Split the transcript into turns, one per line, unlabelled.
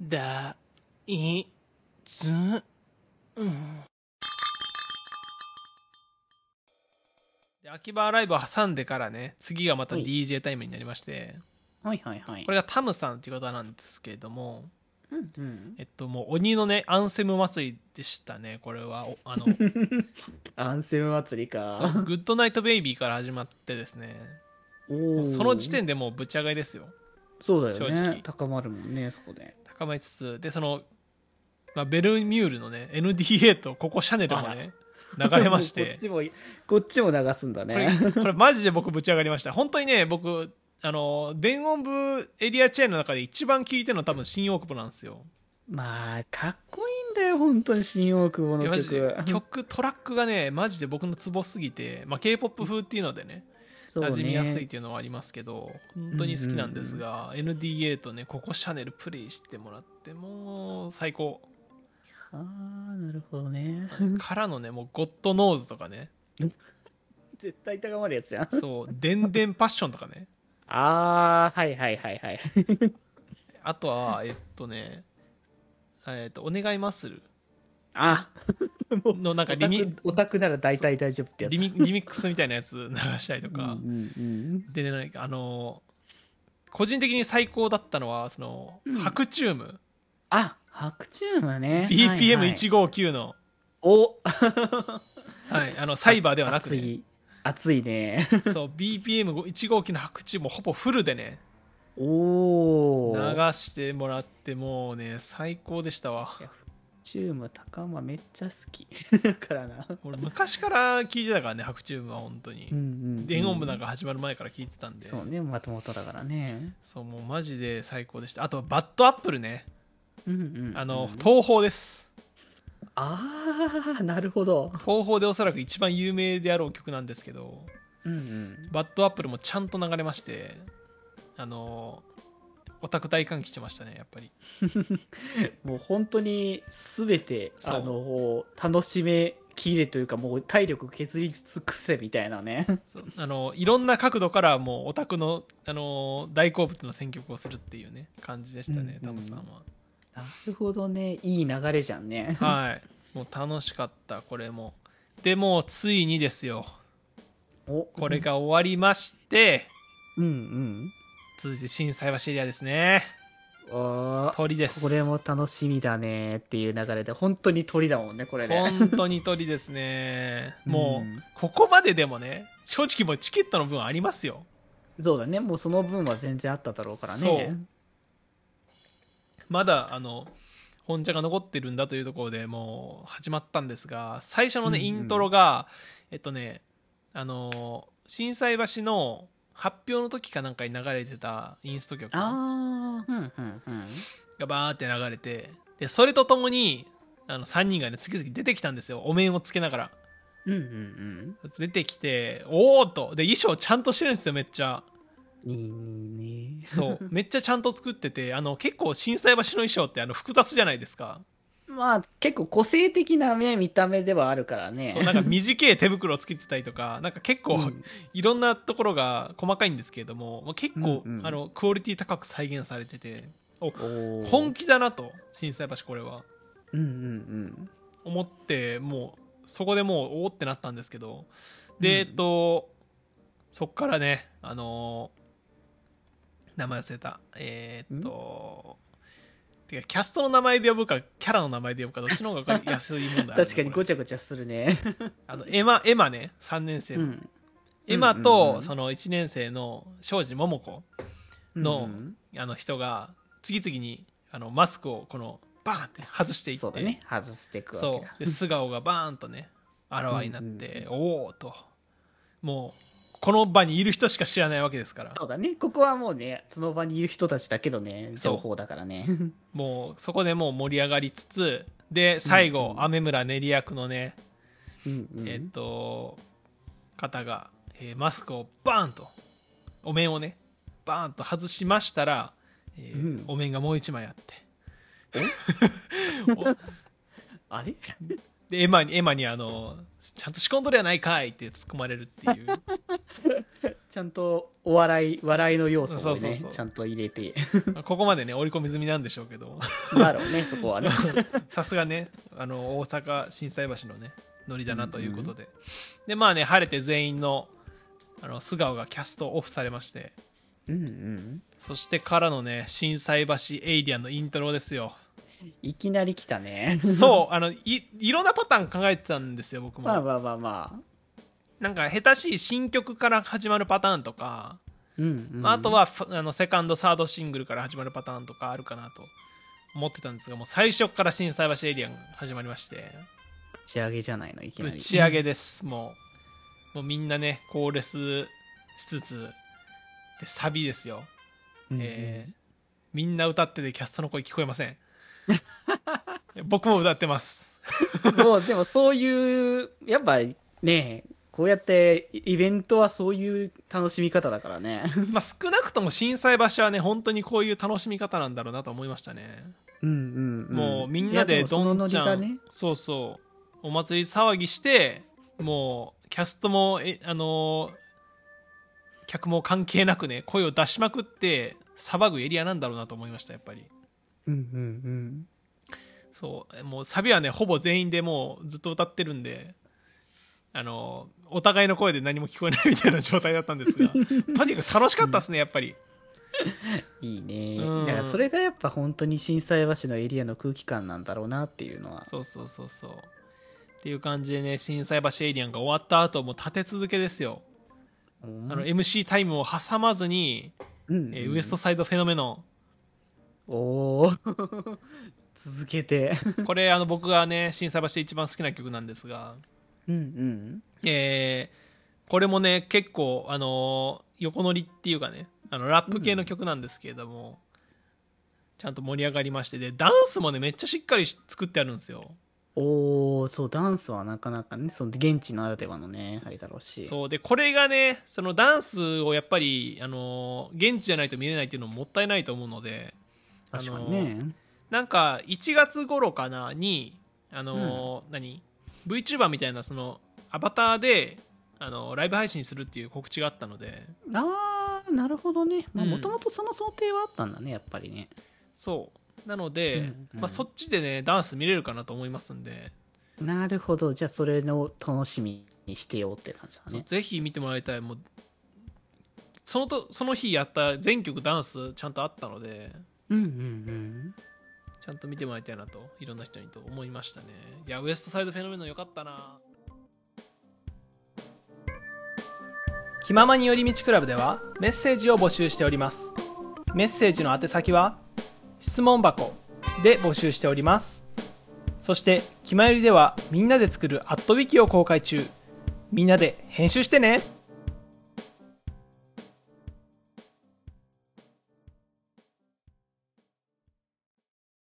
だ、い、ず、うん。で秋葉ライブを挟んでからね、次がまた
はい
DJ タイムになりまして、
はいはいはい。
これがタムさんっていう方なんですけれども、
うんうん。
えっと、もう鬼のね、アンセム祭りでしたね、これは。お あの、
アンセム祭り
そう
か。
グッドナイトベイビーから始まってですね、
おー
その時点でもうぶち上がりですよ。
そうだよ
正直
ね。高まるもんね、そこで。
高まりつつ、で、その、まあ、ベルミュールのね、NDA とココシャネルもね、流れまし
こ
て
っ、ちも、こっちも流すんだ
これ
ね。
これマジで僕ぶち上がりました本当にね僕あの電音部エリアチェーンの中で一番聞いてるの多分新大久保なんですよ
まあ、かっこいいんだよ、本当に新大久保
いやマ
の
ジで
曲。
曲トラックがねマジで僕のツボすぎて、まあ、k p o p 風っていうのでね
そうね
馴染みやすいっていうのはありますけど本当に好きなんですが、NDA とねここシャネルプレイしてもらってもう最 高
ああ、なるほどね。
からのねもうゴッドノーズとかね
絶対高まるやつじゃん。
そう「でんでんパッション」とかね
ああ、はいはいはいはい。
あとはえっとねえっと「お願いマッスル」
あ
のなんかリミ
オタクなら大体大丈夫ってやつ。
リミリミックスみたいなやつ 流したりと
うんう
か、
んうん。
でねなんかあのー個人的に最高だったのはその、
うん
白チューム
あ、白チューンはね。はいはい
BPM159 の,、
お
はいあのサイバーではなく
熱
て、
い。熱いね。
そう BPM159 の白チュームをほぼフルでね
お
流
お。
してもらってもうね最高でしたわ
いやチューム高間めっちゃ好き だからな
俺昔から聞いてたからね白チュームは本当に、
うんうん、うん、
電音部なんか始まる前から聞いてたんで
そうねもともとだからね
そうもうマジで最高でしたあとバッドアップルね
うんうん、うん、
あの、東宝です
ああなるほど
東宝でおそらく一番有名であろう曲なんですけど
うんうん
バッドアップルもちゃんと流れましてあのオタク大歓喜してましたねやっぱり
もう本当に全て
そう
あの楽しめきれというかもう体力削り尽くせみたいな ね
そうあのいろんな角度からもうオタクのあの大好物の選曲をするっていうね感じでしたね、
うんうん
タムさんは
なるほどねいい流れじゃんね
はいもう楽しかったこれもでもうついにですよ
お
これが終わりまして
うん
続いて新斎橋エリアですね
うんあー
鳥です
これも楽しみだねっていう流れで本当に鳥だもんねこれね
本当に鳥ですね。も
うん
う、ここまででもね、正直もうチケットの分ありますよ。
そうだねもうその分は全然あっただろうからね
そうまだ、あの、本茶が残ってるんだというところでもう始まったんですが、最初のね、
うんうん
イントロが、えっとね、あの、震災橋の発表の時かなんかに流れてたインスト曲が
ああ、うんうんうん。
バーって流れて、で、それとともに、あの、3人がね、次々出てきたんですよ。お面をつけながら。
うんうん
出てきて、おーっと。で、衣装ちゃんとしてるんですよ、めっちゃ。
うん。いいね。
そうめっちゃちゃんと作っててあの結構震災橋の衣装ってあの複雑じゃないですか、
まあ、結構個性的なね、見た目ではあるからね。
そうなんか短い手袋をつけてたりとかなんか結構、
うん
いろんなところが細かいんですけれどもまあ結構、
うんうん
あのクオリティ高く再現されてて
おー
本気だなと震災橋これは
うんうん
思ってもうそこでもうおおってなったんですけどで、
うん
えっとそっからねあのー名前忘れたえーっとてかキャストの名前で呼ぶかキャラの名前で呼ぶかどっちの方が分かりやすいもん
う
だ
ん。確かに
こ
ご
れ
ちゃごちゃするね。
あのエマエマね3年生
う
の、
ん。
エマ
うんうんう
と
ん
その1年生の庄司桃子のあの人が次々にあのマスクをこのバーンって外していって
そうだね。外していくわけ
そ
だ
う。で素顔がバーンとねあらわになって、おおともうこの場にいる人しか知らないわけですから
そうだね。ここはもうね、その場にいる人たちだけどね、
そう
情報だか らね。
もうそこでもう盛り上がりつつで最後、
うんうん
雨村練り役のね、
うんうん。
えっと方が、えーマスクをバーンとお面をねバーンと外しましたら、えー
うん
お面がもう一枚あってお
あれ
でエマにエマにあのちゃんと仕込んどるやないかいって突っ込まれるっていう
ちゃんとお笑い、笑いの要素をね、
そうそうそう
ちゃんと入れ て、
まあここまでね織り込み済みなんでしょうけど
だろうね、そこはね。
さすがねあの大阪心斎橋のねノリだなということで、でまあね晴れて全員のあの素顔がキャストオフされまして
うんうん。
そしてからのね心斎橋エイリアンのイントロです よ
いきなり来たね。
そうあのいいろんなパターン考えてたんですよ僕も、
まあまあまあま
なんか下手しい新曲から始まるパターンとか、
あ。うん、うん。
まあ、あと、はフあのセカンドサードシングルから始まるパターンとかあるかなと思ってたんですがもう最初から心斎橋エイリアンが始まりまして
打ち上げじゃないの、いきな
ぶ
り。
ち上げですもうもうみんなねコーレスしつつでサビですよ、
うんうん。
えーみんな歌っててキャストの声聞こえません 僕も歌ってます
もう、でもそういう、やっぱね、こうやってイベントはそういう楽しみ方だか らね。
まあ少なくとも心斎橋はね本当にこういう楽しみ方なんだろうなと思いましたね
うんうん、うん。
もうみんなでどんちゃ
いや
ん、
でも
そうそうお祭り騒ぎしてもうキャストもえあのー客も関係なくね声を出しまくって騒ぐエリアなんだろうなと思いましたやっぱり
そのノリがね。うんうんうん。
そうもうサビはねほぼ全員でもうずっと歌ってるんであのーお互いの声で何も聞こえないみたいな状態だったん ですがとにかく楽しかったですねやっぱり
いいね。
うん
だからそれがやっぱ本当に震災橋のエリアの空気感なんだろうなっていうのは。
そうそうそうそうっていう感じでね心斎橋エイリアンが終わった後も立て続けですよ
あ
あの MC タイムを挟まずに、
うん
えーウエストサイドフェノメ ノ
おー 続けて。
ンこれあの僕がね心斎橋で一番好きな曲なんですが、
うんうん。
えーこれもね結構、あのー横乗りっていうかねあのラップ系の曲なんですけれども、ちゃんと盛り上がりましてでダンスもねめっちゃしっかりし作ってあるんですよ
おー、そう、ダンスはなかなかね、その現地ならではのね、あれだろうし。
そうでこれがねそのダンスをやっぱり、あのー現地じゃないと見れないっていうのももったいないと思うので
確かにね。
なんか1月頃かなにあのー、何 VTuber みたいなそのアバターであのーライブ配信するっていう告知があったので
あー、なるほどね。まあ、
うん
もともとその想定はあったんだね、やっぱりね。
そうなので、
うんうん
まあ、そっちでねダンス見れるかなと思いますんで、
なるほど。じゃあ、それの楽しみにしてようって感じだ
そう
ね。
ぜひ見てもらいたいもうそのとその日やった全曲ダンスちゃんとあったので
うんうんうん。
ちゃんと見てもらいたいなといろんな人にと思いましたねいやウエストサイドフェノメノ良かったな気ままに寄り道クラブではメッセージを募集しておりますメッセージの宛先は質問箱で募集しておりますそして「気まより」ではみんなで作る「アットウィキを公開中みんなで編集してね